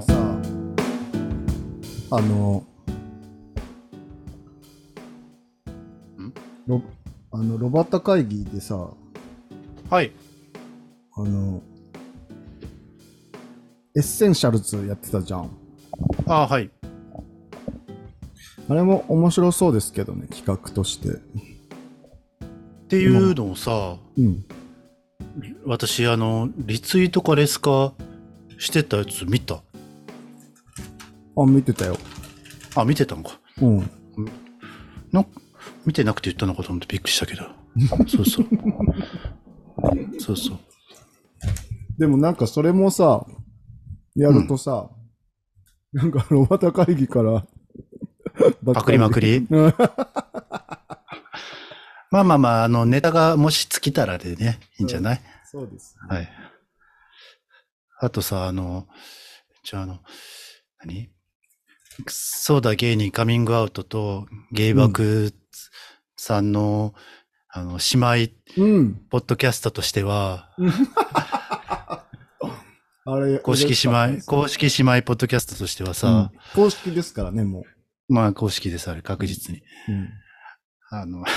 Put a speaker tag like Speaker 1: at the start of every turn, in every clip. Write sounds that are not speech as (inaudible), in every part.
Speaker 1: さあのロあのロバッタ会議でさ
Speaker 2: はい。
Speaker 1: あのエッセンシャルズやってたじゃん
Speaker 2: ああ、はい。
Speaker 1: あれも面白そうですけどね企画として
Speaker 2: っていうのをさ、
Speaker 1: うん
Speaker 2: 私、あの、リツイートかレスかしてたやつ見た。
Speaker 1: あ見てたよ
Speaker 2: あ、見てたのか。
Speaker 1: うん
Speaker 2: な見てなくて言ったのかと思ってびっくりしたけど。そうそう。そうそう。
Speaker 1: でもなんかそれもさやるとさ、なんかロバッタ会議から (laughs)
Speaker 2: パクリまくりまあまあまあ、あの、ネタがもし尽きたらでね、いいんじゃない、
Speaker 1: そうです、ね
Speaker 2: はい。あとさ、あの、じゃあ、あの、何そうだ芸人カミングアウトと、芸爆さんの、あの、姉妹、
Speaker 1: うん
Speaker 2: ポッドキャストとしては、
Speaker 1: あれ
Speaker 2: 公式姉妹、公式姉妹ポッドキャストとしてはさ、
Speaker 1: うん公式ですからね、も
Speaker 2: まあ公式です、あれ、確実に。
Speaker 1: う。うん
Speaker 2: あの、 (laughs)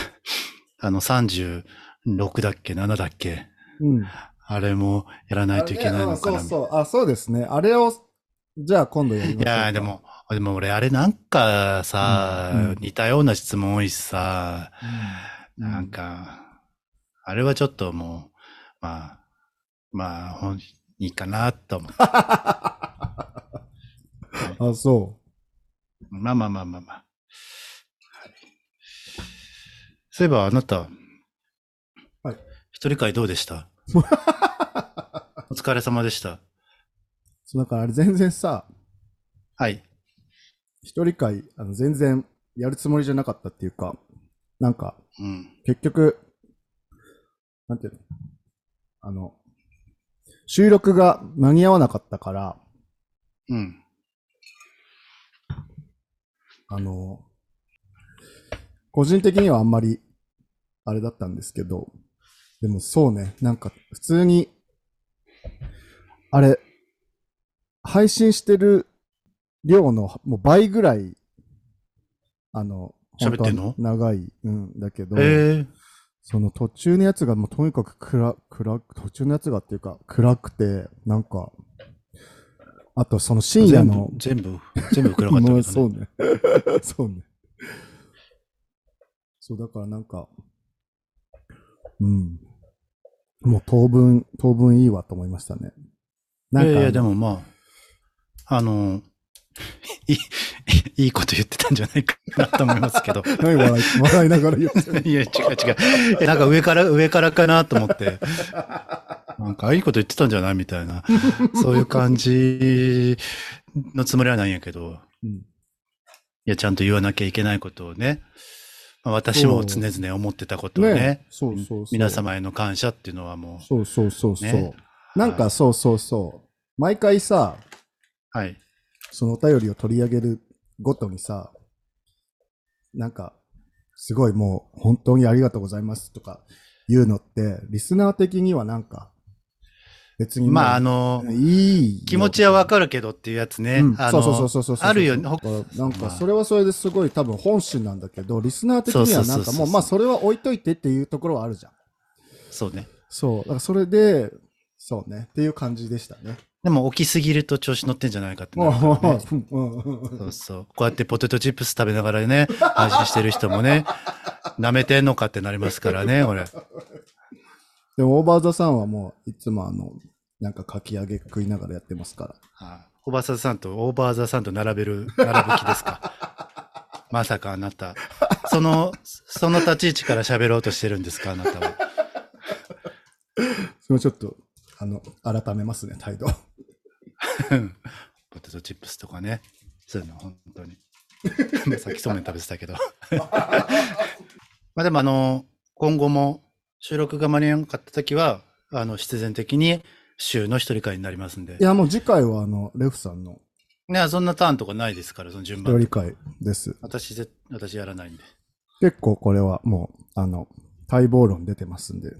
Speaker 2: あの、36だっけ、7だっけ、
Speaker 1: うん。
Speaker 2: あれもやらないといけないのかな。
Speaker 1: あねあそうそう。あ、そうですね。あれを、じゃあ今度やりましょう
Speaker 2: いやーで。も、でも俺あれなんかさ、
Speaker 1: うんうん
Speaker 2: 似たような質問多いしさ、
Speaker 1: うん
Speaker 2: なんか、あれはちょっともう、まあ、まあ、ほん、いいかな
Speaker 1: (laughs)
Speaker 2: と思う。
Speaker 1: あ、そ
Speaker 2: まあまあまあまあまあ。はいそういえばあなた、
Speaker 1: はい
Speaker 2: 一人会どうでした
Speaker 1: (laughs)
Speaker 2: お疲れ様でした。
Speaker 1: う。だからあれ全然さ、
Speaker 2: はい。
Speaker 1: 一人会、あの、全然やるつもりじゃなかったっていうか、なんか、
Speaker 2: うん。
Speaker 1: 結局、なんていうのあの、収録が間に合わなかったから、
Speaker 2: うん。
Speaker 1: あの、個人的にはあんまり、あれだったんですけど、でもそうね、なんか普通に、あれ、配信してる量のもう倍ぐらい、あの、
Speaker 2: 喋ってんの
Speaker 1: 本当は長い、うん、だけど、
Speaker 2: え
Speaker 1: その途中のやつがもうとにかく暗、暗く、途中のやつがっていうか暗くて、なんか、あとその
Speaker 2: えー、
Speaker 1: 深夜
Speaker 2: 全
Speaker 1: の
Speaker 2: 部、、全部、全部暗かったけど、
Speaker 1: (laughs) も
Speaker 2: ね。
Speaker 1: うそうね。そうね。そう、だからなんか、うん。もう当分、当分いいわと思いましたね。なんか、
Speaker 2: いやいや、でもまあ、あの、 (laughs) いい、い (laughs) いこと言ってたんじゃないかなと思いますけど。 (laughs)
Speaker 1: 何笑い、笑いながら言ってる。
Speaker 2: いや、違う違う。えなんか上から、上からかなと思
Speaker 1: (laughs)
Speaker 2: って。なんか、あいいこと言ってたんじゃないみたいな。そういう感じのつもりはないんやけど。
Speaker 1: うん
Speaker 2: いや、ちゃんと言わなきゃいけないことをね。まあ、私も常々思ってたことをね。
Speaker 1: ねそうそうそう。
Speaker 2: 皆。様への感謝っていうのはも
Speaker 1: そうそうそうそう。
Speaker 2: ね
Speaker 1: なんかそうそうそう。毎回さ、
Speaker 2: う、はい。
Speaker 1: そのお便りを取り上げるごとにさ、なんか、すごいもう本当にありがとうございますとか言うのって、リスナー的にはなんか、別に、
Speaker 2: まあ、あの、
Speaker 1: いい。
Speaker 2: 気持ちはわかるけどっていうやつね。
Speaker 1: うん
Speaker 2: あ
Speaker 1: そ
Speaker 2: の
Speaker 1: うそうそうそうそうそう。
Speaker 2: あるよね。
Speaker 1: だからなんか、
Speaker 2: まあ
Speaker 1: それはそれですごい多分本心なんだけど、リスナー的にはなんか
Speaker 2: そうそうそう
Speaker 1: も
Speaker 2: そう
Speaker 1: う、まあそれは置いといてっていうところはあるじゃん。
Speaker 2: そうね。
Speaker 1: そう。だからそれで、そうね。っていう感じでしたね。
Speaker 2: でも起きすぎると調子乗ってんじゃないかってな
Speaker 1: も
Speaker 2: るから
Speaker 1: (laughs)
Speaker 2: ね、
Speaker 1: う、うんうんうん
Speaker 2: そうそう。こうやってポテトチップス食べながらね、配信してる人もね、舐めてんのかってなりますからね、俺。
Speaker 1: でも、オーバーザさんはもう、いつもあの、なんかかき揚げ食いながらやってますから。
Speaker 2: あおばささんとオーバーザさんと並べる、並ぶ気ですか。 (laughs) まさかあなた、その、その立ち位置から喋ろうとしてるんですか、あなたは。
Speaker 1: それもちょっと、あの、改めますね、態
Speaker 2: (laughs)
Speaker 1: 度。
Speaker 2: ポテトチップスとかね。そういうの、本当に。 (laughs) さっきそうめん食べてたけど。 (laughs) まあでも、あの、今後も収録が間に合わなかった時は、あの、必然的に週の一人会になりますんで
Speaker 1: い。や、もう次回は、あの、レフさんの
Speaker 2: ね、そんなターンとかないですから、その順
Speaker 1: 料
Speaker 2: 番
Speaker 1: 理。会です。
Speaker 2: 私ぜ、私やらないんで。 (laughs)
Speaker 1: 結構これはもう、あの、待望論出てますんで。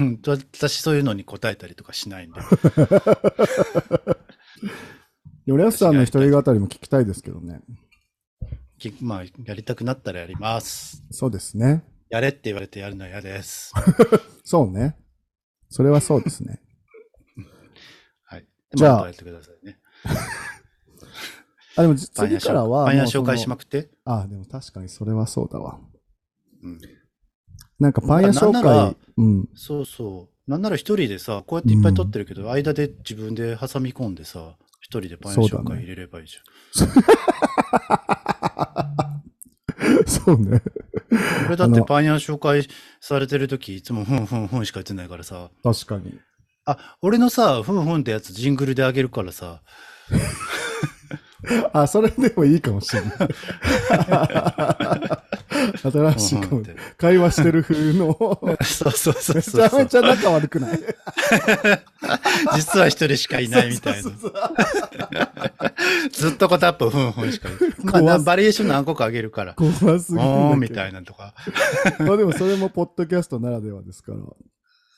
Speaker 2: うん私、そういうのに答えたりとかしないんで。
Speaker 1: 俺安さんの一人語りも聞きたいですけどね。
Speaker 2: き (laughs) まあ、やりたくなったらやります。
Speaker 1: そうですね。
Speaker 2: やれって言われてやるのは嫌です。
Speaker 1: そうね。それはそうです
Speaker 2: (laughs)
Speaker 1: ね。
Speaker 2: はい。
Speaker 1: じゃあ
Speaker 2: まやってくださいね。
Speaker 1: あ、でも
Speaker 2: パン
Speaker 1: 次
Speaker 2: 屋
Speaker 1: からは。
Speaker 2: パン屋紹介しま
Speaker 1: く
Speaker 2: くって。
Speaker 1: あ、でも確かにそれはそうだわ。
Speaker 2: うん
Speaker 1: なんかパン屋紹
Speaker 2: なんなら
Speaker 1: 介、うん。 (laughs)
Speaker 2: そうそう。なんなら一人でさ、こうやっていっぱい撮ってるけど、間で自分で挟み込んでさ、一人でパン屋
Speaker 1: そう
Speaker 2: 紹
Speaker 1: だね
Speaker 2: 介入れればいいじゃん。
Speaker 1: そうね。
Speaker 2: 俺だっ
Speaker 1: あ
Speaker 2: て
Speaker 1: の
Speaker 2: パン屋紹介されてる時いつもふんふんふんしか言ってないからさ。
Speaker 1: 確かに。
Speaker 2: あ、俺のさ、ふんふんってやつジングルであげるからさ。
Speaker 1: あ、それでもいいかもしれ
Speaker 2: (laughs)
Speaker 1: ない。新しいか
Speaker 2: ふん
Speaker 1: も
Speaker 2: ふん。っ
Speaker 1: 会話してる風の。
Speaker 2: (laughs) て。そうそうそ
Speaker 1: め
Speaker 2: う
Speaker 1: ち
Speaker 2: そ
Speaker 1: ゃ
Speaker 2: うそ
Speaker 1: め
Speaker 2: う。
Speaker 1: ちゃ仲悪くない。
Speaker 2: 実は一人しかいないみたい
Speaker 1: そ
Speaker 2: な
Speaker 1: う。そうそう
Speaker 2: ずっとこたっぽふんふんしか言う。まあ
Speaker 1: 怖
Speaker 2: な、
Speaker 1: す
Speaker 2: バリエーション何個かあげるから。
Speaker 1: 怖すぎるんだけど。
Speaker 2: おーみたいなとか。
Speaker 1: (laughs) まあでもそれもポッドキャストならではですから。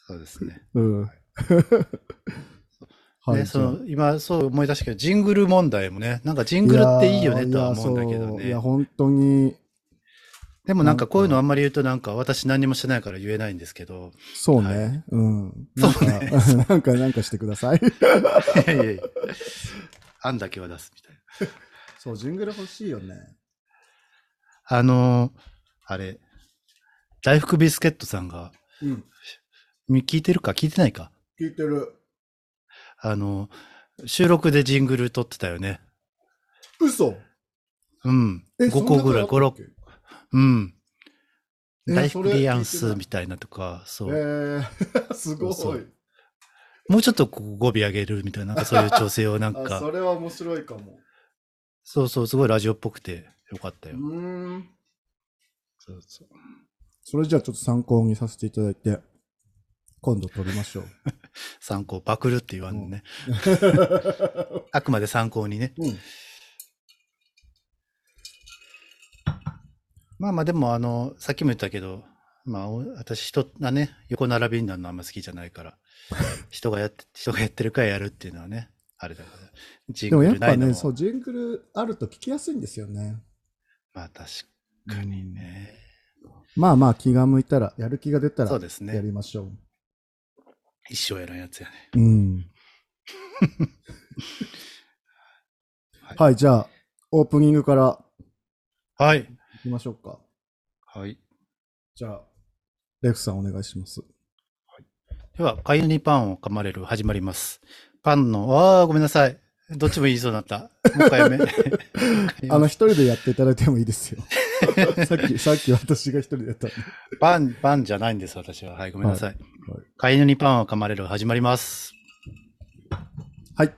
Speaker 2: そうですね。
Speaker 1: うん。
Speaker 2: ね、その今、そう思い出したけど、ジングル問題もね、なんかジングルっていいよねとは思うんだけど
Speaker 1: いやーいやそういや
Speaker 2: ね。
Speaker 1: 本当に、
Speaker 2: でもなんかこういうのあんまり言うと、なんか私何もしてないから言えないんですけど、 (laughs)
Speaker 1: そうね。うん。なんか、なんか、 (laughs) なんかしてください。
Speaker 2: いやいやいや案だけは出すみたいな。
Speaker 1: そう、ジングル欲しいよね。
Speaker 2: あのーあれ、大福ビスケットさんが、
Speaker 1: うん。
Speaker 2: み聞いてるか聞いてないか
Speaker 1: 聞いてる。
Speaker 2: あのー収録でジングル撮ってたよね。
Speaker 1: 嘘
Speaker 2: うん。5個ぐらい、5、6、うん。
Speaker 1: え
Speaker 2: 大
Speaker 1: そ
Speaker 2: 福
Speaker 1: れ聞いてない
Speaker 2: リアンスみたいなとか、
Speaker 1: え
Speaker 2: そう。
Speaker 1: ー、 (laughs) すごい。
Speaker 2: そうもうちょっとこう語尾上げるみたいな、なんかそういう調整をなん
Speaker 1: あ、
Speaker 2: か
Speaker 1: そ。れは面白いかも。
Speaker 2: そうそう、すごいラジオっぽくてよかった
Speaker 1: う
Speaker 2: よ。
Speaker 1: ーん。
Speaker 2: そうそう
Speaker 1: それじゃあちょっと参考にさせていただいて、今度撮りましょう。
Speaker 2: 参考、パクるって言わんのね。 (laughs) あくまで参考にね。
Speaker 1: うん。
Speaker 2: まあまあ、でも、あの、さっきも言ったけど、まあ、お私、人がね、横並びになるのあんま好きじゃない
Speaker 1: (laughs)
Speaker 2: から、人がやって、人がやってるからやるっていうのはね、あれだから。ジン
Speaker 1: でも
Speaker 2: グ
Speaker 1: やっ
Speaker 2: ルな
Speaker 1: ぱ
Speaker 2: いの
Speaker 1: ね、
Speaker 2: も。
Speaker 1: そう、ジングルあると聞きやすいんですよね。
Speaker 2: まあ、確かにね。
Speaker 1: まあまあ気が向いたら、やる気が出た
Speaker 2: そう
Speaker 1: ら、
Speaker 2: です
Speaker 1: や
Speaker 2: ね。
Speaker 1: りましょう。
Speaker 2: 一生やらんやつやね。
Speaker 1: うん。
Speaker 2: はい
Speaker 1: はい、じゃあ、オープニングから
Speaker 2: はい。
Speaker 1: 行きましょうか。
Speaker 2: はい。
Speaker 1: じゃあ、レフさんお願いします。
Speaker 2: では、飼い犬にパンを噛まれる始まります。パンの、ああ、ごめんなさい。どっちも言いそうになった。もう一回や
Speaker 1: (laughs)
Speaker 2: め。
Speaker 1: あの、一人でやっていただいてもいいですよ。 (laughs) さっき、さっき私が一人でやったんで。
Speaker 2: パン、パンじゃないんです、私は。はい、ごめんなさ
Speaker 1: は
Speaker 2: い。
Speaker 1: い
Speaker 2: 飼い犬にパンを噛まれる始まります。
Speaker 1: はい。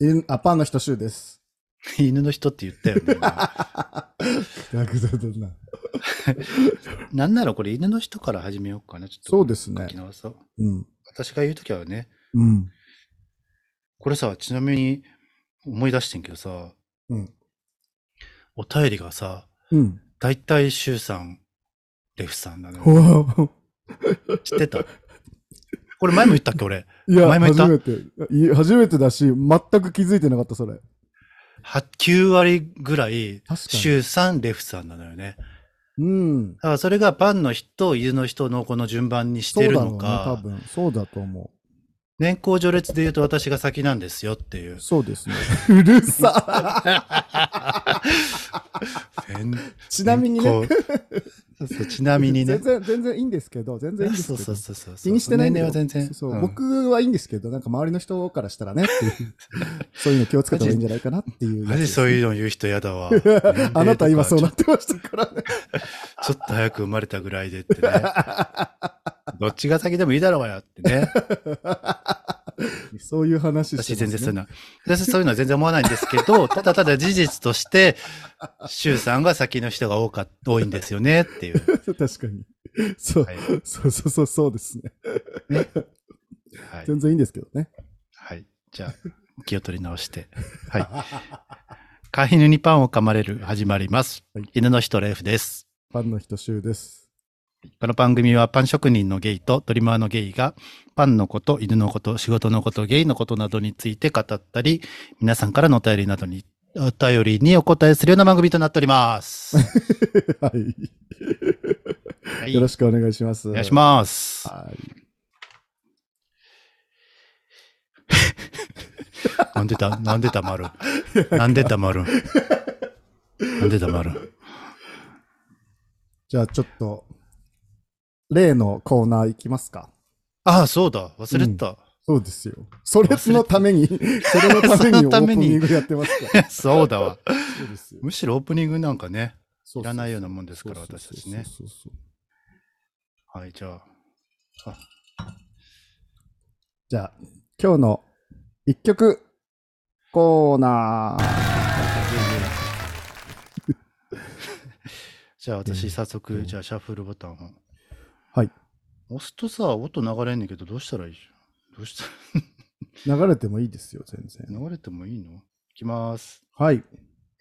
Speaker 1: インあ、パンの人集です。 (laughs)
Speaker 2: 犬の人って言ったよね。今
Speaker 1: ヤクザだな。
Speaker 2: なんならこれ犬の人から始めようかな。ちょっと
Speaker 1: そうですね
Speaker 2: 書き。直そう。
Speaker 1: うん。
Speaker 2: 私が言うときはね、
Speaker 1: うん。
Speaker 2: これさ、ちなみに思い出してんけどさ、
Speaker 1: うん。
Speaker 2: お便りがさ、
Speaker 1: うん。
Speaker 2: だいたいシュウさん、レフさんなのよ。
Speaker 1: わ
Speaker 2: 知ってたこれ前も言ったっけ、俺。
Speaker 1: いや、
Speaker 2: 前も言った
Speaker 1: 初めて。い初めてだし、全く気づいてなかった、それ。
Speaker 2: は9割ぐらい、
Speaker 1: 確かに
Speaker 2: 週3レフさんなのよね。
Speaker 1: うん。
Speaker 2: だからそれがパンの人、犬の人のこの順番にしてるの
Speaker 1: そうだろ
Speaker 2: か、
Speaker 1: うね、多分。そうだと思
Speaker 2: 年功序列で言うと私が先なんですよっていう
Speaker 1: う。。そうです
Speaker 2: (laughs)
Speaker 1: ね。うるさ (laughs) ちなみにね。
Speaker 2: 年功そうそうちなみにね
Speaker 1: 全。然、全然いいんですけど、全然いいんですけ
Speaker 2: そう
Speaker 1: ど。
Speaker 2: そうそうそう。
Speaker 1: 気にしてないんだ
Speaker 2: 年
Speaker 1: よ
Speaker 2: 齢は全然。
Speaker 1: そう、
Speaker 2: うん
Speaker 1: 僕はいいんですけど、なんか周りの人からした
Speaker 2: (laughs)
Speaker 1: らねっていう、そういうの気をつけた方がいいんじゃないかなっていうやつで
Speaker 2: マ
Speaker 1: すね、。
Speaker 2: ジそういうの言う人やだわ
Speaker 1: (laughs) あなた今そうな
Speaker 2: な
Speaker 1: ってましたからね。
Speaker 2: ちょっと早く生まれたぐらいでって
Speaker 1: (laughs)
Speaker 2: ね。どっちが先でもいいだろうよってね。
Speaker 1: そういう話して
Speaker 2: 私
Speaker 1: ます、ね。
Speaker 2: 全然そういうの、私そういうのは全然思わないんです
Speaker 1: (laughs)
Speaker 2: けど、ただただ事実として、周さんが先の人が多か、多いんですよねっていう。
Speaker 1: (laughs) 確かに。そう、
Speaker 2: はい。
Speaker 1: そうそうそうそうですね。
Speaker 2: はい。
Speaker 1: 全然いいんですけどね。
Speaker 2: はい、じゃあ、気を取り直して。はい。飼い犬にパンを噛まれる始まります。
Speaker 1: はい
Speaker 2: 犬の人レーフです。
Speaker 1: ファンの人集です。 (laughs)
Speaker 2: この番組はパン職人のゲイとドリマーのゲイがパンのこと、犬のこと、仕事のこと、ゲイのことなどについて語ったり、皆さんからのお便りなどに、お便りにお答えするような番組となってお
Speaker 1: (laughs)
Speaker 2: ります。は
Speaker 1: はい。
Speaker 2: い
Speaker 1: よろしくお願いします。
Speaker 2: お願いします。
Speaker 1: はい。
Speaker 2: なんでだ、なんで黙るなんで黙るなんで黙る
Speaker 1: じゃあちょっと、例のコーナーいきますか。
Speaker 2: ああ、そうだ。忘れてた。
Speaker 1: そうですよ。それのために、 (laughs) それのため
Speaker 2: そ
Speaker 1: に
Speaker 2: の
Speaker 1: オ
Speaker 2: た
Speaker 1: ー
Speaker 2: め
Speaker 1: プ
Speaker 2: に
Speaker 1: ニングやってますから。
Speaker 2: そうだわ。
Speaker 1: そうですよ。
Speaker 2: (laughs) むしろオープニングなんかね、
Speaker 1: い
Speaker 2: いらないようなもんですから、私たちね。
Speaker 1: そうそうそう
Speaker 2: はい、じゃあ。 (laughs) あ
Speaker 1: じゃあ、今日の一曲コーナー。
Speaker 2: じゃあ
Speaker 1: えー
Speaker 2: 私早
Speaker 1: う
Speaker 2: 速、
Speaker 1: ん
Speaker 2: じゃあシャッフルボタンを。
Speaker 1: はい。
Speaker 2: 押すとさ、音流れんねんけど、どうしたらいいじゃん。どうした
Speaker 1: 流れてもいいですよ、全然。
Speaker 2: 流れてもいいのいきます。
Speaker 1: はい。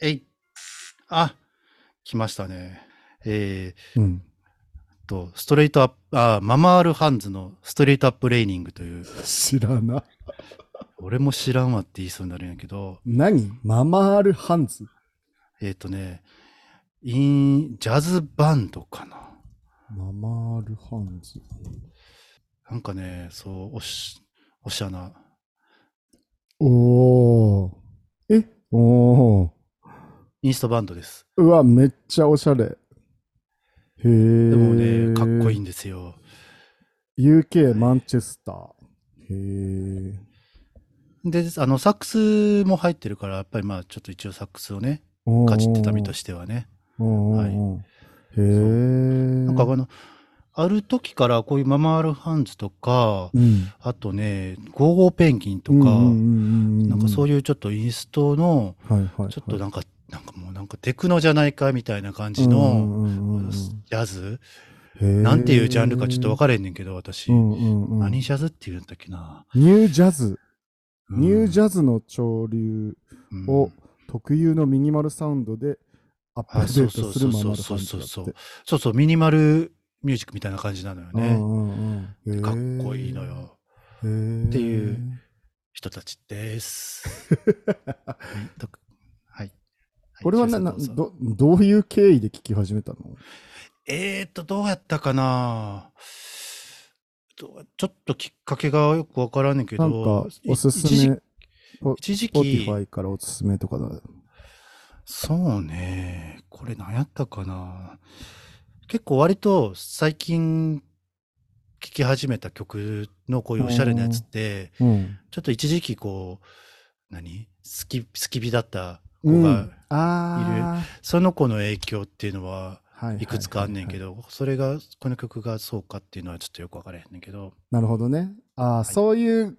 Speaker 2: えい。あ、来ましたね。え
Speaker 1: うん。
Speaker 2: ー、と、ストレートアップ、あ、ママールハンズのストレートアップレーニングという、
Speaker 1: 知らな。
Speaker 2: 俺も知らんわって言いそうになるんやけど、
Speaker 1: 何ママールハンズ。
Speaker 2: えっ、とね、イン、ジャズバンドかな。
Speaker 1: ママールハンズ。
Speaker 2: なんかね、そう、おし、おしゃな。
Speaker 1: おー。えおー。
Speaker 2: インストバンドです。
Speaker 1: うわ、めっちゃおしゃれ。へえ。で
Speaker 2: でもね、かっこいい
Speaker 1: い。
Speaker 2: んですよ。
Speaker 1: UK マンチェスター。へえ。
Speaker 2: で、あの、サックスも入ってるから、やっぱりまあ、ちょっと一応サックスをね、かじってた身と
Speaker 1: して。
Speaker 2: してはね。
Speaker 1: うんうんうんへえ。
Speaker 2: なんかあの、ある時からこういうママールハンズとか、
Speaker 1: うん、
Speaker 2: あとね、ゴーゴーペンギンとか、
Speaker 1: な
Speaker 2: なんかそう
Speaker 1: い
Speaker 2: いうちょっとインストの、
Speaker 1: うん、はいはいはい、
Speaker 2: ちょっとなんか、なんかもうなんかテクノじゃないかみたいな感じの、ジャズなんていうジャンルかちょっと分
Speaker 1: か
Speaker 2: かれんねんけど、私。
Speaker 1: うんうんうん、
Speaker 2: 何ジャズって言うんだっけな。
Speaker 1: ニュージャズ、ニュージ
Speaker 2: ャ
Speaker 1: ャズの潮流
Speaker 2: ズ
Speaker 1: を特有のミニマルサウンドでアップデートするママルハンズだって。
Speaker 2: そうそうそうそうそうそう、ミニマルミュージックみたいな感じなのよ
Speaker 1: う
Speaker 2: ね。
Speaker 1: んうんうん
Speaker 2: かっこいいの。よ。
Speaker 1: へー
Speaker 2: っていう。人たちです。
Speaker 1: (laughs)
Speaker 2: はいとはい。
Speaker 1: これはな、
Speaker 2: はい
Speaker 1: な
Speaker 2: ジェイさんどう
Speaker 1: ど
Speaker 2: ぞ
Speaker 1: どういう経緯で聞き始めたの
Speaker 2: えーっと、どうやったかなどうちょっときっかけがよくわからんねんけど、
Speaker 1: なんかおすす
Speaker 2: い一時
Speaker 1: め、
Speaker 2: 一時
Speaker 1: Spotify
Speaker 2: 期、
Speaker 1: からおすすめとかだ。
Speaker 2: そうね、これ何やったかな結構割と最近聴き始めた曲のこういうおしゃれなやつって、
Speaker 1: うん。
Speaker 2: ちょっと一時期こう、何好き、好き火だった子
Speaker 1: うん、
Speaker 2: が、
Speaker 1: ああ
Speaker 2: その子の影響っていうのは
Speaker 1: ー、はい
Speaker 2: くつかあんねんけ
Speaker 1: ど。
Speaker 2: ど、それが、この曲がそうかっていうのはちょっとよくわからへんねんけど、
Speaker 1: なるほどね。ああ、
Speaker 2: い
Speaker 1: そういう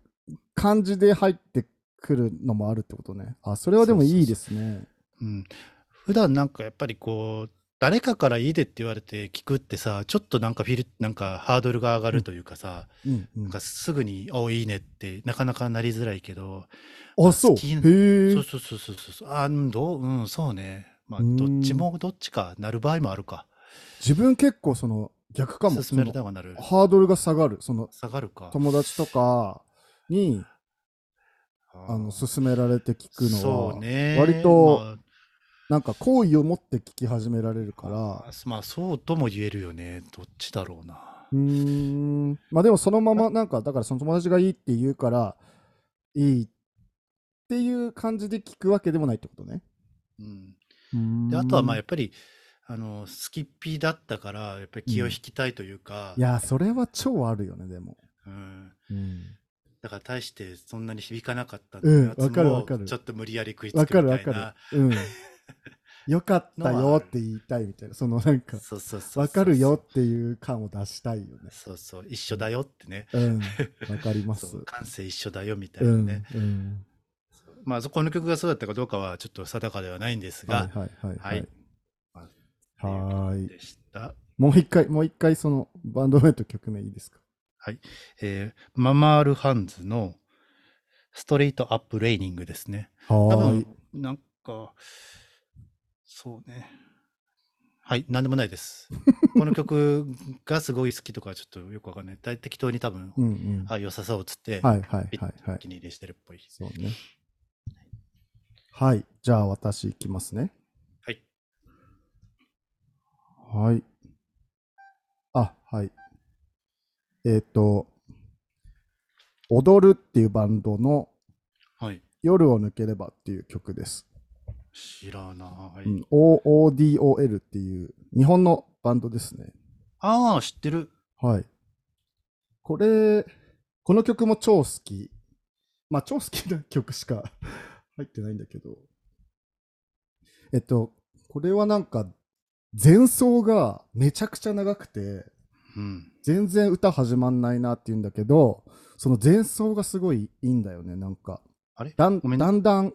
Speaker 1: 感じで入ってくるのもあるってことね。あそれはでもいいですね。
Speaker 2: うん。普段なんかやっぱりこう、誰かからいいでって言われて聞くってさ、ちょっとなんかフィル、なんかハードルが上がるというかさ、
Speaker 1: うんうん
Speaker 2: なんかすぐに、おいいねってなかなかなりづらいけど、
Speaker 1: あ、そう。
Speaker 2: 好き
Speaker 1: へ
Speaker 2: そ
Speaker 1: え
Speaker 2: う。そうそうそうそう、あ、うんどう、うん、そうね。まあ、どっちもどっちかなる場合もあるか。
Speaker 1: 自分結構その逆かも。
Speaker 2: 進める
Speaker 1: その
Speaker 2: だはなる。
Speaker 1: ハードルが下がる。その
Speaker 2: 下がるか。
Speaker 1: 友達とかにあの
Speaker 2: そ
Speaker 1: 勧められて聞くのは
Speaker 2: そう、ね
Speaker 1: 割と
Speaker 2: まあ
Speaker 1: なんか好意を持って聞き始められるから。
Speaker 2: まあそうとも言えるよねどっちだろうな
Speaker 1: うーんまあでもそのままなんかだからその友達がいいって言うからいいっていう感じで聞くわけでもないってことね。
Speaker 2: うん
Speaker 1: うーん
Speaker 2: であとはまあやっぱりあのスキッピーだったからやっぱり気を引きたいというか、
Speaker 1: いやそれは超あるよねでも。
Speaker 2: うん
Speaker 1: うん
Speaker 2: だから大してそんなに響かなかった
Speaker 1: うん
Speaker 2: やつ
Speaker 1: わかるわかる
Speaker 2: もちょっと無理やり食いつ
Speaker 1: わ、か
Speaker 2: く
Speaker 1: る
Speaker 2: み
Speaker 1: わ
Speaker 2: たい
Speaker 1: か
Speaker 2: な
Speaker 1: る。うん。
Speaker 2: (laughs)
Speaker 1: よかったよって言いたいみたいなそのなんか
Speaker 2: そうそうそう
Speaker 1: わかるよっていう感を出したいよね。
Speaker 2: そうそう一緒だよってね
Speaker 1: うんわかります
Speaker 2: (laughs) そ。う感性一緒だよみたいうなんね、
Speaker 1: うん。
Speaker 2: まあそこの曲がそうだったかどうかはちょっと定かではないんです
Speaker 1: は
Speaker 2: が、
Speaker 1: いはいはいはい。
Speaker 2: はい
Speaker 1: はーい。
Speaker 2: でした
Speaker 1: もう一回もう一回そのバンド名と曲名いいですか。
Speaker 2: えーママールハンズのストレートアップレーニングですね。
Speaker 1: は
Speaker 2: 多
Speaker 1: ーい
Speaker 2: 分。なんか、そうね。はい、なんでもない
Speaker 1: (laughs)
Speaker 2: です。この曲がすごい好きとかはちょっとよくわかんない。大適当に多分、
Speaker 1: うんうん。は
Speaker 2: あ、良さそうっつって、
Speaker 1: いはいはいは
Speaker 2: お
Speaker 1: い
Speaker 2: 気。に入りしてるっぽい。
Speaker 1: そうね。はい。じゃあ私いきますね。
Speaker 2: はい。
Speaker 1: はい。あ、はい。えっ、と、踊るっていうバンドの
Speaker 2: はい。
Speaker 1: 夜を抜ければっていう曲です。
Speaker 2: 知らない。
Speaker 1: うん、OODOL っていう日本のバンドですね。
Speaker 2: ああ、知ってる。
Speaker 1: はい。これ、この曲も超好き。まあ、超好きな曲しか (laughs) 入ってないんだけど。えっと、これはなんか、前奏がめちゃくちゃ長くて、
Speaker 2: うん。
Speaker 1: 全然歌始まんないなって言うんだけど、その前奏がすごいいいんだよね、なんか。
Speaker 2: あれ
Speaker 1: だん
Speaker 2: ごめん
Speaker 1: だんだん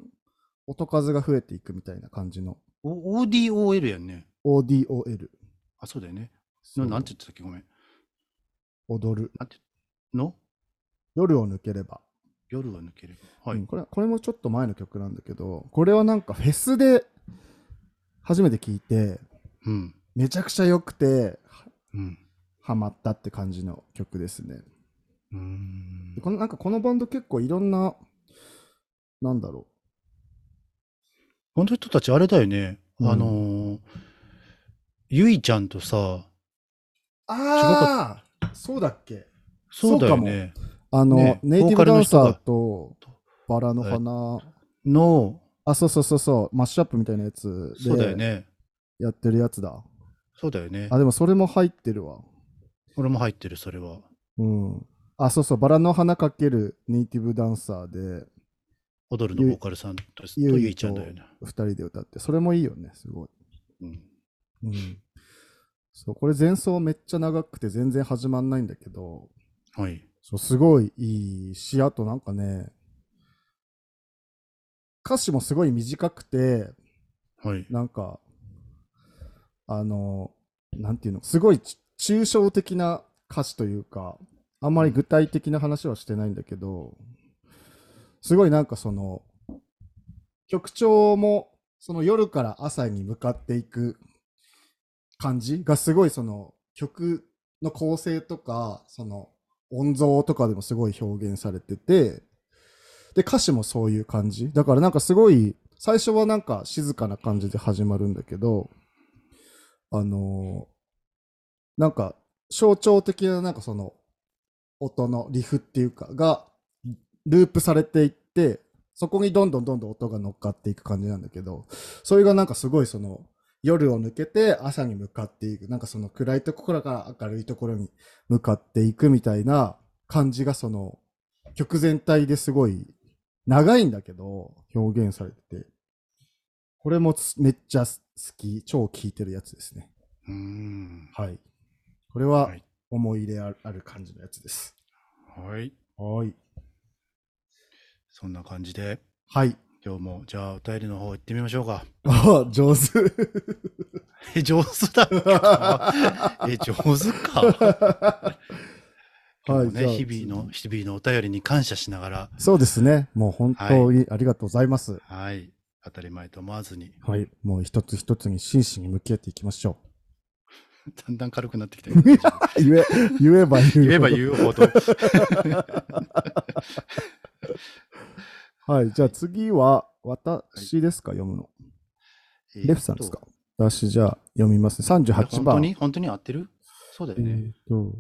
Speaker 1: 音数が増えていくみたいな感じの
Speaker 2: O- ?ODOL やんね。
Speaker 1: ODOL。
Speaker 2: あ、そうだよね。
Speaker 1: そ
Speaker 2: な
Speaker 1: うん
Speaker 2: て言ってたっけごめん。
Speaker 1: 踊る。
Speaker 2: なんての
Speaker 1: 夜を抜ければ。
Speaker 2: 夜は抜ければ。は
Speaker 1: うん
Speaker 2: い。
Speaker 1: これこれもちょっと前の曲なんだけどこれはなんかフェスで初めて聴いて
Speaker 2: うん。
Speaker 1: めちゃくちゃ良くては
Speaker 2: うん。
Speaker 1: ハマったって感じの曲ですね
Speaker 2: うーん
Speaker 1: でこのなんかこのバンド結構いろんななんだろ
Speaker 2: この人たちあれだよね。
Speaker 1: うん
Speaker 2: あのーゆいちゃんとさ、
Speaker 1: うああそうだっけ
Speaker 2: そうだよね。
Speaker 1: あの、
Speaker 2: ね
Speaker 1: ネイティブダンサーとバラの
Speaker 2: ボーカル
Speaker 1: 花
Speaker 2: の、
Speaker 1: あそうそうそうそうマッシュアップみたいなやつ
Speaker 2: そうだよ
Speaker 1: で
Speaker 2: ね。
Speaker 1: やってるやつだ
Speaker 2: そうだよね
Speaker 1: あ。でもそれも入ってるわ
Speaker 2: 俺も入ってる、それは。
Speaker 1: うんあそうそうバラの花かけるネイティブダンサーで
Speaker 2: 踊るのボーカルさんとと
Speaker 1: ゆいと
Speaker 2: ゆいちゃんだよね。
Speaker 1: 2人で歌ってそれもいいよねすごい、
Speaker 2: うん
Speaker 1: うん、そうこれ前奏めっちゃ長くて全然始まんないんだけど
Speaker 2: はい。
Speaker 1: そうすごいいいしあとなんかね歌詞もすごい短くて
Speaker 2: はい。
Speaker 1: なんかあのなんていうのすごいち抽象的な歌詞というかあんまり具体的な話はしてないんだけどすごいなんかその曲調もその夜から朝に向かっていく感じがすごいその曲の構成とかその音像とかでもすごい表現されててで歌詞もそういう感じだからなんかすごい最初はなんか静かな感じで始まるんだけどあのーなんか象徴的ななんかその音のリフっていうかがループされていってそこにどんどんどんどん音が乗っかっていく感じなんだけどそれがなんかすごいその夜を抜けて朝に向かっていくなんかその暗いところから明るいところに向かっていくみたいな感じがその曲全体ですごい長いんだけど表現されててこれもつめっちゃ好き超聴いてるやつですね
Speaker 2: うーん。
Speaker 1: はいこれは
Speaker 2: はい
Speaker 1: 思い入れあるある感じのやつです
Speaker 2: はい。
Speaker 1: はい
Speaker 2: そんな感じで、
Speaker 1: はい (laughs)
Speaker 2: 今日も、じゃあ、お便りの方行ってみましょうか。 (laughs)
Speaker 1: あ上 (laughs) 手
Speaker 2: え、上手
Speaker 1: (laughs)
Speaker 2: だ。え、上手か。今日も
Speaker 1: じ
Speaker 2: ね、
Speaker 1: ゃあ
Speaker 2: 日々の、日々のお便りに感謝しながら、
Speaker 1: そうですねもう本当にありがとうございます、
Speaker 2: はい。当たり前と思わずに、 (laughs)
Speaker 1: はい、もう一つ一つに真摯に向き合っていきましょ
Speaker 2: だんだん軽くなってきたけど。
Speaker 1: う。 (laughs) 言え、言えば言うほど。
Speaker 2: 言えば言う
Speaker 1: (laughs)
Speaker 2: ほど。
Speaker 1: はい、じゃあ次は私ですか、読むの。レフさんですか。私じゃあ読みますね。
Speaker 2: えーっと
Speaker 1: 38
Speaker 2: 本
Speaker 1: 番。
Speaker 2: 当に本当に合ってるそうだよ
Speaker 1: え
Speaker 2: ね。
Speaker 1: ーと、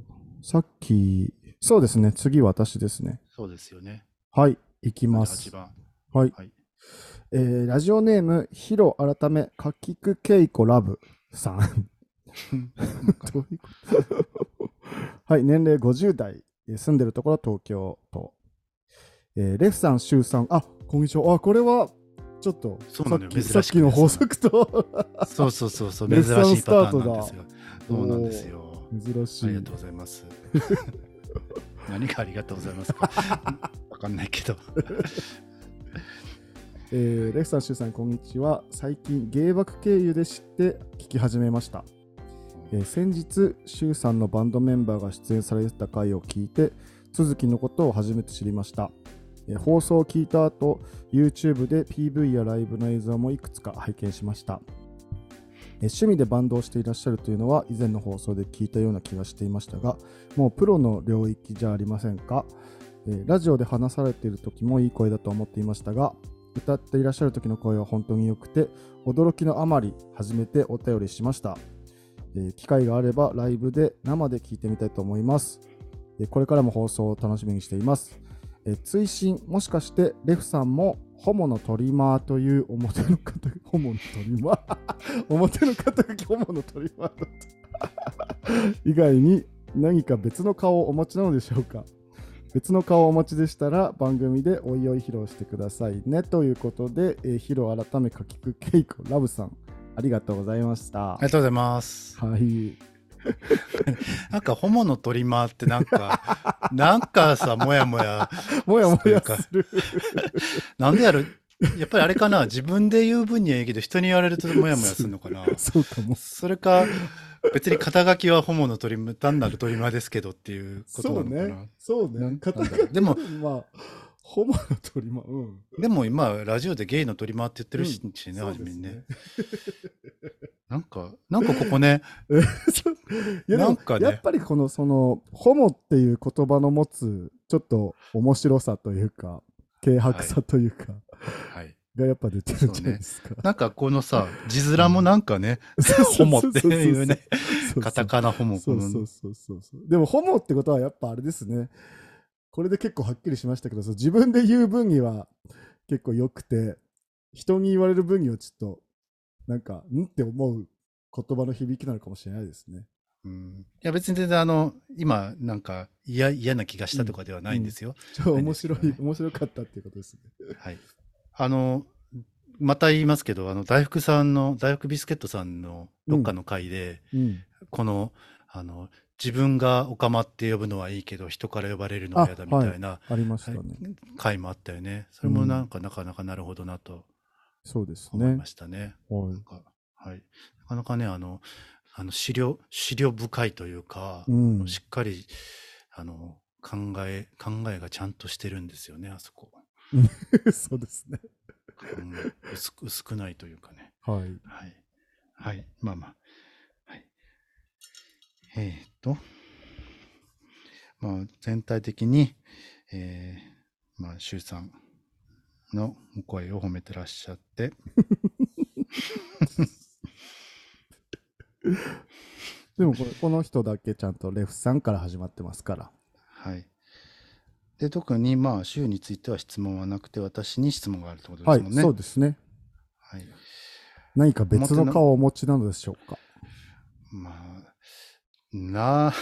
Speaker 1: さっき、そうですね、次は私ですね。
Speaker 2: そうですよね。
Speaker 1: はい、いきます
Speaker 2: 8。番。
Speaker 1: はい、
Speaker 2: はい。
Speaker 1: えーラジオネーム、ヒロ改め、かきくけいこラブさ
Speaker 2: (laughs)
Speaker 1: ん。どういうこと (laughs) はい、年齢50代、えー住んでるところは東京都。えーレフさん、シュウさん、あこんにちは。あ、これは、ちょっと、
Speaker 2: そうなのよ
Speaker 1: さっき
Speaker 2: 珍しく
Speaker 1: さっきの法則
Speaker 2: (laughs)
Speaker 1: と
Speaker 2: そうそうそうそう、
Speaker 1: レ
Speaker 2: 珍
Speaker 1: ッ
Speaker 2: し
Speaker 1: サン
Speaker 2: いパターンなんですよ。そうなんですよ。
Speaker 1: 珍し
Speaker 2: あ
Speaker 1: い。
Speaker 2: りがとうござ
Speaker 1: (laughs)
Speaker 2: います。何がありがとうございますかわかんないけど。
Speaker 1: えーレフさん、シュウさん、こんにちは。最近、芸爆経由で知って聞き始めました。えー先日、シュウさんのバンドメンバーが出演されてた回を聞いて、続きのことを初めて知りました。えー放送を聞いた後、YouTube で PV やライブの映像もいくつか拝見しました。えー趣味でバンドをしていらっしゃるというのは以前の放送で聞いたような気がしていましたがもうプロの領域じゃありませんか、えーラジオで話されている時もいい声だと思っていましたが歌っていらっしゃる時の声は本当に良くて驚きのあまり初めてお便りしました、えー機会があればライブで生で聞いてみたいと思いますえーこれからも放送を楽しみにしています。えー追伸もしかしてレフさんもホモのトリマーという表の肩書き、 (laughs) ホモのトリマー (laughs) 表の肩書きホモのトリマーだった (laughs) 以外に何か別の顔をお持ちなのでしょうか別の顔をお持ちでしたら番組でおいおい披露してくださいねということで、えー、披露改めかきくけいこラブさんありがとうございました
Speaker 2: あり。がとうございます。
Speaker 1: はい。
Speaker 2: なんか、ホモのトリマーってな
Speaker 1: (laughs)
Speaker 2: んか、なんかさ、もやもや、
Speaker 1: もやもやする。
Speaker 2: なんでやろやっぱりあれかな、自分で言う分にはいいけど、人に言われるともやもやするのかな。
Speaker 1: そうかも。
Speaker 2: それか、別に肩書きはホモのトリマー、単なるトリマーですけどっていうこと
Speaker 1: そう
Speaker 2: なのかな。
Speaker 1: ね。そう
Speaker 2: な
Speaker 1: ね
Speaker 2: ん。
Speaker 1: 肩書
Speaker 2: なんだろう (laughs) でも
Speaker 1: きまあ、ホモの鳥りま、うん。
Speaker 2: でも今、ラジオでゲイの取り回って言ってるししね、
Speaker 1: そう
Speaker 2: 初
Speaker 1: で
Speaker 2: め
Speaker 1: す
Speaker 2: にね
Speaker 1: ね。。
Speaker 2: なんか、なんかここね、
Speaker 1: (laughs) そういやでも
Speaker 2: なんかね
Speaker 1: やっぱりこの、その、ホモっていう言葉の持つ、ちょっと面白さというか、軽薄さというか、
Speaker 2: はい。
Speaker 1: がやっぱ出てるんじゃないですか。
Speaker 2: なんかこのさ、字面もなんかね、ホモっていうね、カタカナホモ。
Speaker 1: そ
Speaker 2: こ
Speaker 1: うそう
Speaker 2: の
Speaker 1: そうそうそう。でも、ホモってことはやっぱあれですね。これで結構はっきりしましたけど、そう自分で言う分には結構良くて、人に言われる分にはちょっと、なんか、んって思う言葉の響きなのかもしれないですね。
Speaker 2: うんいや別に全然あの、今なんか嫌嫌な気がしたとかではないんですよ。
Speaker 1: ちょっと面白い、 (laughs)
Speaker 2: ないですよね
Speaker 1: 面白かったっていうことですね。
Speaker 2: はい。あの、また言いますけど、あの、大福さんの、大福ビスケットさんのどっかの回で、
Speaker 1: うん。
Speaker 2: この、あの、自分がオカマって呼ぶのはいいけど、人から呼ばれるのは嫌だみたいな
Speaker 1: ありましたね。
Speaker 2: 回もあったよね。それもなんかなかなかなるほどなと
Speaker 1: そうです
Speaker 2: 思い
Speaker 1: ね
Speaker 2: ま。したね。
Speaker 1: は
Speaker 2: なんか、はい。なかなかね、あの、あの、資料、資料深いというか
Speaker 1: い。う、ん。
Speaker 2: しっかり、あの、考え、考えがちゃんとしてるんですよね、あそこ。
Speaker 1: (laughs) そうですね。
Speaker 2: うん、薄く、薄くないというかね。
Speaker 1: はい。
Speaker 2: はい。はい。まあまあ。はい。えーっと。まあ、全体的に、えー、まあ、周さんのお声を褒めてらっしゃって。
Speaker 1: でもこれ、この人だけちゃんとレフさんから始まってますから。
Speaker 2: はい。で、特に、まあ、周については質問はなくて、私に質問があるってことで
Speaker 1: は
Speaker 2: すもん
Speaker 1: い、
Speaker 2: ね。
Speaker 1: そうですね。
Speaker 2: はい。
Speaker 1: 何か別の顔をお持ちなのでしょうか。
Speaker 2: まあ、な、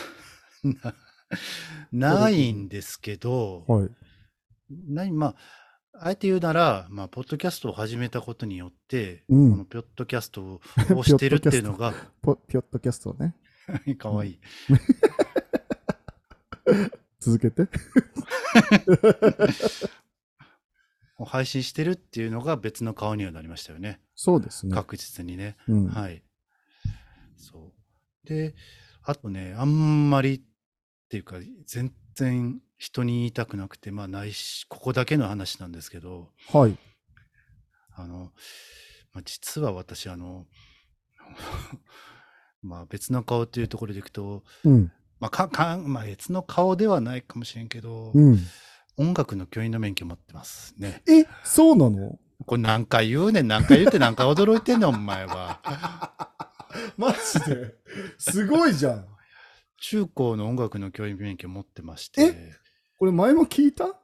Speaker 2: な、ないんですけど、
Speaker 1: はい。
Speaker 2: 何まあ、あえて言うなら、まあ、ポッドキャストを始めたことによって、
Speaker 1: うん
Speaker 2: この (laughs) ピョットキャストををしてるっていうのが、 (laughs)
Speaker 1: ポピョットキャストをね、
Speaker 2: かわいい。
Speaker 1: 続けて。
Speaker 2: を配信してるっていうのが別の顔にはなりましたよね。
Speaker 1: そうですね。
Speaker 2: 確実にね。
Speaker 1: うん、
Speaker 2: はい。そう。で、あとね、あんまりっていうか、全然人に言いたくなくて、まあ、ないし、ここだけの話なんですけど、
Speaker 1: はい。
Speaker 2: あの、まあ、実は私、あの、 (laughs) まあ、別の顔っていうところでいくと、
Speaker 1: うん。
Speaker 2: まあ、か、かん、まあ、別の顔ではないかもしれんけど、
Speaker 1: うん。
Speaker 2: 音楽の教員の免許持ってますね。
Speaker 1: え、そうなの
Speaker 2: これ何回言うねん、何回言うて何回驚いてんねん、お前は。
Speaker 1: マジで。すごいじゃん。
Speaker 2: 中高の音楽の教員免許持ってまし
Speaker 1: え
Speaker 2: て、
Speaker 1: これ前も聞いた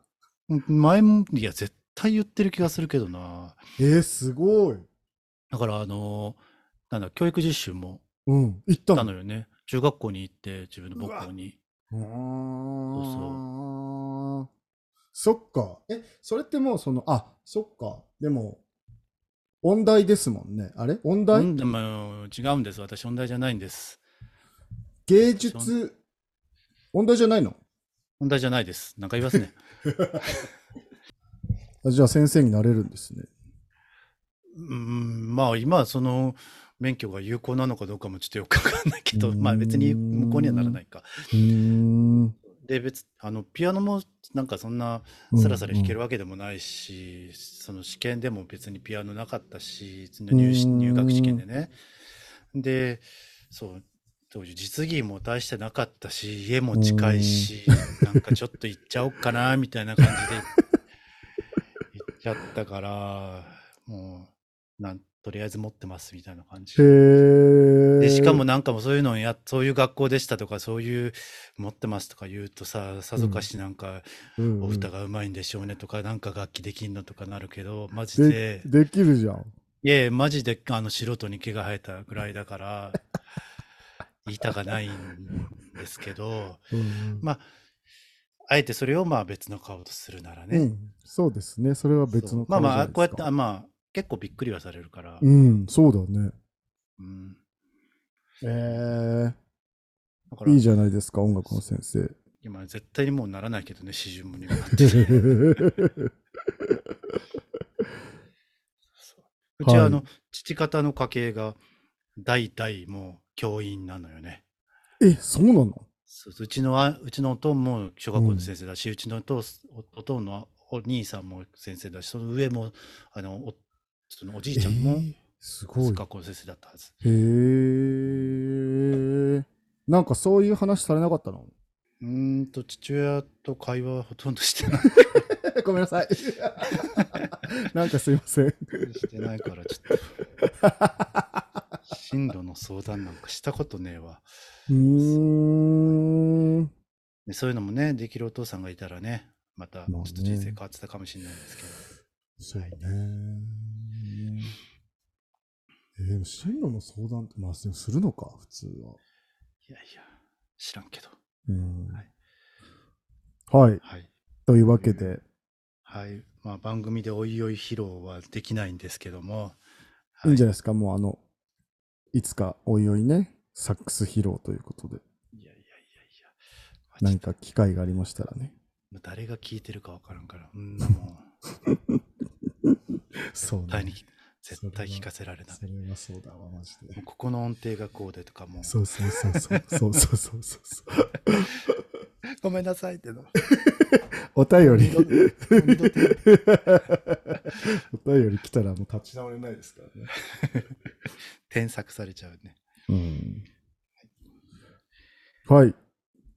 Speaker 2: 前も、いや、絶対言ってる気がするけどな。
Speaker 1: えすごい。
Speaker 2: だから、あの、なんだ、教育実習も
Speaker 1: うん。行った
Speaker 2: 行った
Speaker 1: の
Speaker 2: のよね。中学校に行って、自分の
Speaker 1: うわ
Speaker 2: 母校に。
Speaker 1: うーん
Speaker 2: そう
Speaker 1: そっか。え、それってもうその、あ、そっか。でも、音大ですもんね。あれ音大、
Speaker 2: うんでも違うんです。私、音大じゃないんです。
Speaker 1: 芸術、音大じゃないの
Speaker 2: 音大じゃないです。なんか言いますね。
Speaker 1: あじゃあ先生になれるんですね。
Speaker 2: うん、まあ今その免許が有効なのかどうかもちょっとよくわかんないけど、まあ別に無効にはならないか。
Speaker 1: うーん。
Speaker 2: で別、あのピアノもなんかそんなさらさら弾けるわけでもないし、その試験でも別にピアノなかったし、その入試
Speaker 1: うん
Speaker 2: 入学試験でね。で、そう、当時実技も大してなかったし、家も近いし、なんかちょっと行っちゃおっかな、みたいな感じで (laughs) 行っちゃったから、もう、なんとりあえず持ってます、みたいな感じ。
Speaker 1: へー
Speaker 2: でしかもなんかもうそういうのをやそういう学校でしたとかそういう持ってますとか言うとささぞかしなんか
Speaker 1: うん
Speaker 2: お
Speaker 1: うん
Speaker 2: 歌がうまいんでしょうねとか、なんか楽器できんのとかなるけどマジで
Speaker 1: できるじゃん。
Speaker 2: いやいやマジであの素人に毛が生えたぐらいだから (laughs) 言いたかないんですけど
Speaker 1: うんうん
Speaker 2: まああえてそれをまあ別の顔とするならね、
Speaker 1: うん、そうですね。それは別
Speaker 2: そう
Speaker 1: の
Speaker 2: まあ
Speaker 1: 顔じゃ
Speaker 2: ま
Speaker 1: ないで
Speaker 2: あ
Speaker 1: すか
Speaker 2: こうやってあまあ結構びっくりはされるから、
Speaker 1: うん、そうだね。
Speaker 2: うん
Speaker 1: え
Speaker 2: だか
Speaker 1: え
Speaker 2: ら
Speaker 1: いいじゃないですか、音楽の先生。
Speaker 2: (laughs) 今絶対にもうならない
Speaker 1: (laughs)
Speaker 2: けどね四十もにもなってそううちは
Speaker 1: はい
Speaker 2: あの、父方の家系が代々もう教員なのよね。
Speaker 1: え、そうなの
Speaker 2: そうそううちのあうちのおとんも小学校の先生だし、うちのおとんおおとんのお兄さんも先生だし、その上もあのおそのおじいちゃん
Speaker 1: え
Speaker 2: も
Speaker 1: ーすごい。
Speaker 2: 学校の先生だったはず。
Speaker 1: へえ。なんかそういう話されなか
Speaker 2: (laughs)
Speaker 1: ったの
Speaker 2: うーんと父親と会話はほとんどしてない
Speaker 1: ごめんなさい。 (laughs) なんかすいません。
Speaker 2: してないからちょっ
Speaker 1: (laughs)
Speaker 2: と進路の相談なんかしたことねえわ。
Speaker 1: うーん。
Speaker 2: でそういうのもね、できるお父さんがいたらね、またち
Speaker 1: まあ
Speaker 2: ょ
Speaker 1: ね
Speaker 2: っと人生変わってたかもしれないですけど。
Speaker 1: そうね。えーでも進路の相談って、まあ、するのか、普通は。
Speaker 2: いやいや、知らんけど。
Speaker 1: うん
Speaker 2: は
Speaker 1: はい。
Speaker 2: はい。
Speaker 1: というわけで、
Speaker 2: はい。まあ番組でおいおい披露はできないんですけども、はい
Speaker 1: いんじゃないですか、もうあの、いつかおいおいね、サックス披露ということで、
Speaker 2: いやいやいやいや、まあ
Speaker 1: 何
Speaker 2: ちょっ
Speaker 1: か機会がありましたらね。
Speaker 2: と誰が聞いてるかわからんから、うん、もう、
Speaker 1: そう
Speaker 2: 絶対に、絶対聞かせられない。
Speaker 1: それはそうだわ、マジ
Speaker 2: も
Speaker 1: で
Speaker 2: う。ここの音程がこうでとかもう、
Speaker 1: そうそうそう (laughs) そう、そうそうそうそう
Speaker 2: ごめんなさいっての。
Speaker 1: お便り
Speaker 2: 二度、二度手
Speaker 1: (laughs) お便り来たらもう立ち直れないですからね。
Speaker 2: 添削さ
Speaker 1: (laughs)
Speaker 2: れちゃうね。
Speaker 1: うん。はい。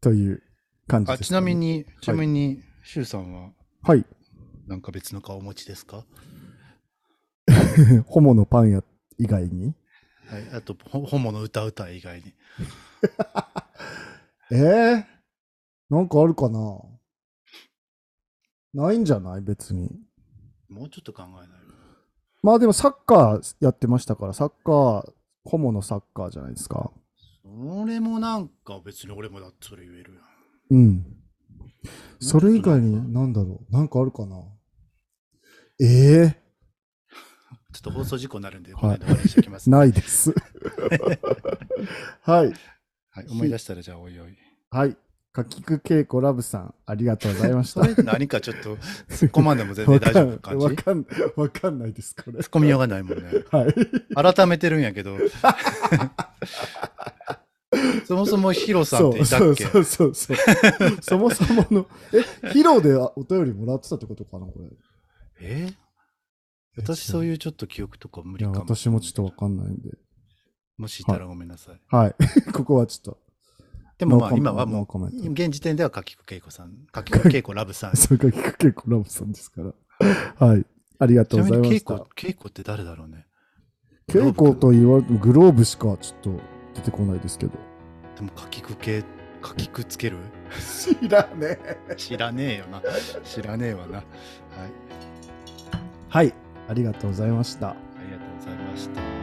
Speaker 1: という感じ
Speaker 2: あ
Speaker 1: です、
Speaker 2: ちなみ。に、ちなみに、シュウさんは、
Speaker 1: はい。 (laughs)
Speaker 2: なんか別の顔お持ちですか
Speaker 1: ホモのパン屋以外に
Speaker 2: はい、あと、ほホモの歌歌以外に。
Speaker 1: えー、なんかあるかなないんじゃない別に。
Speaker 2: もうちょっと考えないと
Speaker 1: まあでもサッカーやってましたから、サッカー、ホモのサッカーじゃないですか。
Speaker 2: それもなんか別に俺もだってそれ言えるやん。
Speaker 1: うん。それ以外に何だろうなんかあるかなええ
Speaker 2: ちょっと放送事故になるんで、
Speaker 1: はい
Speaker 2: この間終わりにしておきます。
Speaker 1: ないです。 (laughs) はい。
Speaker 2: はい、思い出したらじゃあおいおい。
Speaker 1: はい。かきくけいこラブさん、ありがとうございまし
Speaker 2: そ (laughs)
Speaker 1: た。
Speaker 2: れって何かちょっと突っ込まんでも全然大丈夫な感じ
Speaker 1: わ
Speaker 2: 突っ
Speaker 1: かんわかんないです、
Speaker 2: (laughs)
Speaker 1: これ。
Speaker 2: 込みようがないもんね。
Speaker 1: はい。
Speaker 2: 改めてるんやけど。 (laughs) そもそもヒロさんっていた
Speaker 1: そ
Speaker 2: っ
Speaker 1: う
Speaker 2: け
Speaker 1: そうそうそう。
Speaker 2: (laughs)
Speaker 1: そもそもの、え、ヒロでお便りもらってたってことかな、これ。
Speaker 2: え私そう
Speaker 1: う。
Speaker 2: いうちょっと記憶とか無
Speaker 1: い
Speaker 2: 理
Speaker 1: や、
Speaker 2: かも。
Speaker 1: 私もちょっとわかんないんで。
Speaker 2: もしいたらごめんなさい。
Speaker 1: はい。 (laughs) ここはちょっ
Speaker 2: でもまあ
Speaker 1: ノーコメント
Speaker 2: 今はも
Speaker 1: ノーコメ
Speaker 2: う
Speaker 1: ン、ト
Speaker 2: 現時点では柿久恵子さん、柿久恵子ラブさん
Speaker 1: と、。それかきくけいこラブさんですから。はい。ありがと
Speaker 2: ち
Speaker 1: う
Speaker 2: な
Speaker 1: ご
Speaker 2: み
Speaker 1: ざいま
Speaker 2: に稽
Speaker 1: した。、
Speaker 2: 古稽古って誰だろうね。
Speaker 1: けいこと言われても、グローブしかちょっと出てこないですけど。
Speaker 2: でも、かきくけ、かきくつける
Speaker 1: 知らねえ。
Speaker 2: 知らねえよな。知らねえわな。はい。
Speaker 1: はい。ありがとうございました。
Speaker 2: ありがとうございました。